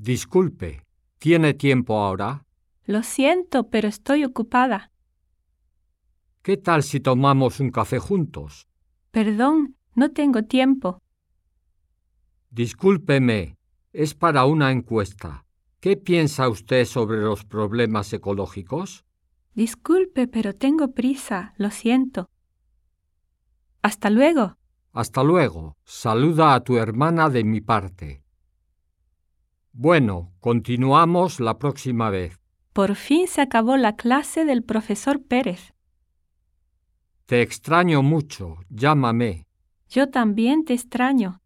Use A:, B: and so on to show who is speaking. A: Disculpe, ¿tiene tiempo ahora?
B: Lo siento, pero estoy ocupada.
A: ¿Qué tal si tomamos un café juntos?
B: Perdón, no tengo tiempo.
A: Discúlpeme, es para una encuesta. ¿Qué piensa usted sobre los problemas ecológicos?
B: Disculpe, pero tengo prisa. Lo siento. Hasta luego.
A: Hasta luego. Saluda a tu hermana de mi parte. Bueno, continuamos la próxima vez.
B: Por fin se acabó la clase del profesor Pérez.
A: Te extraño mucho. Llámame.
B: Yo también te extraño.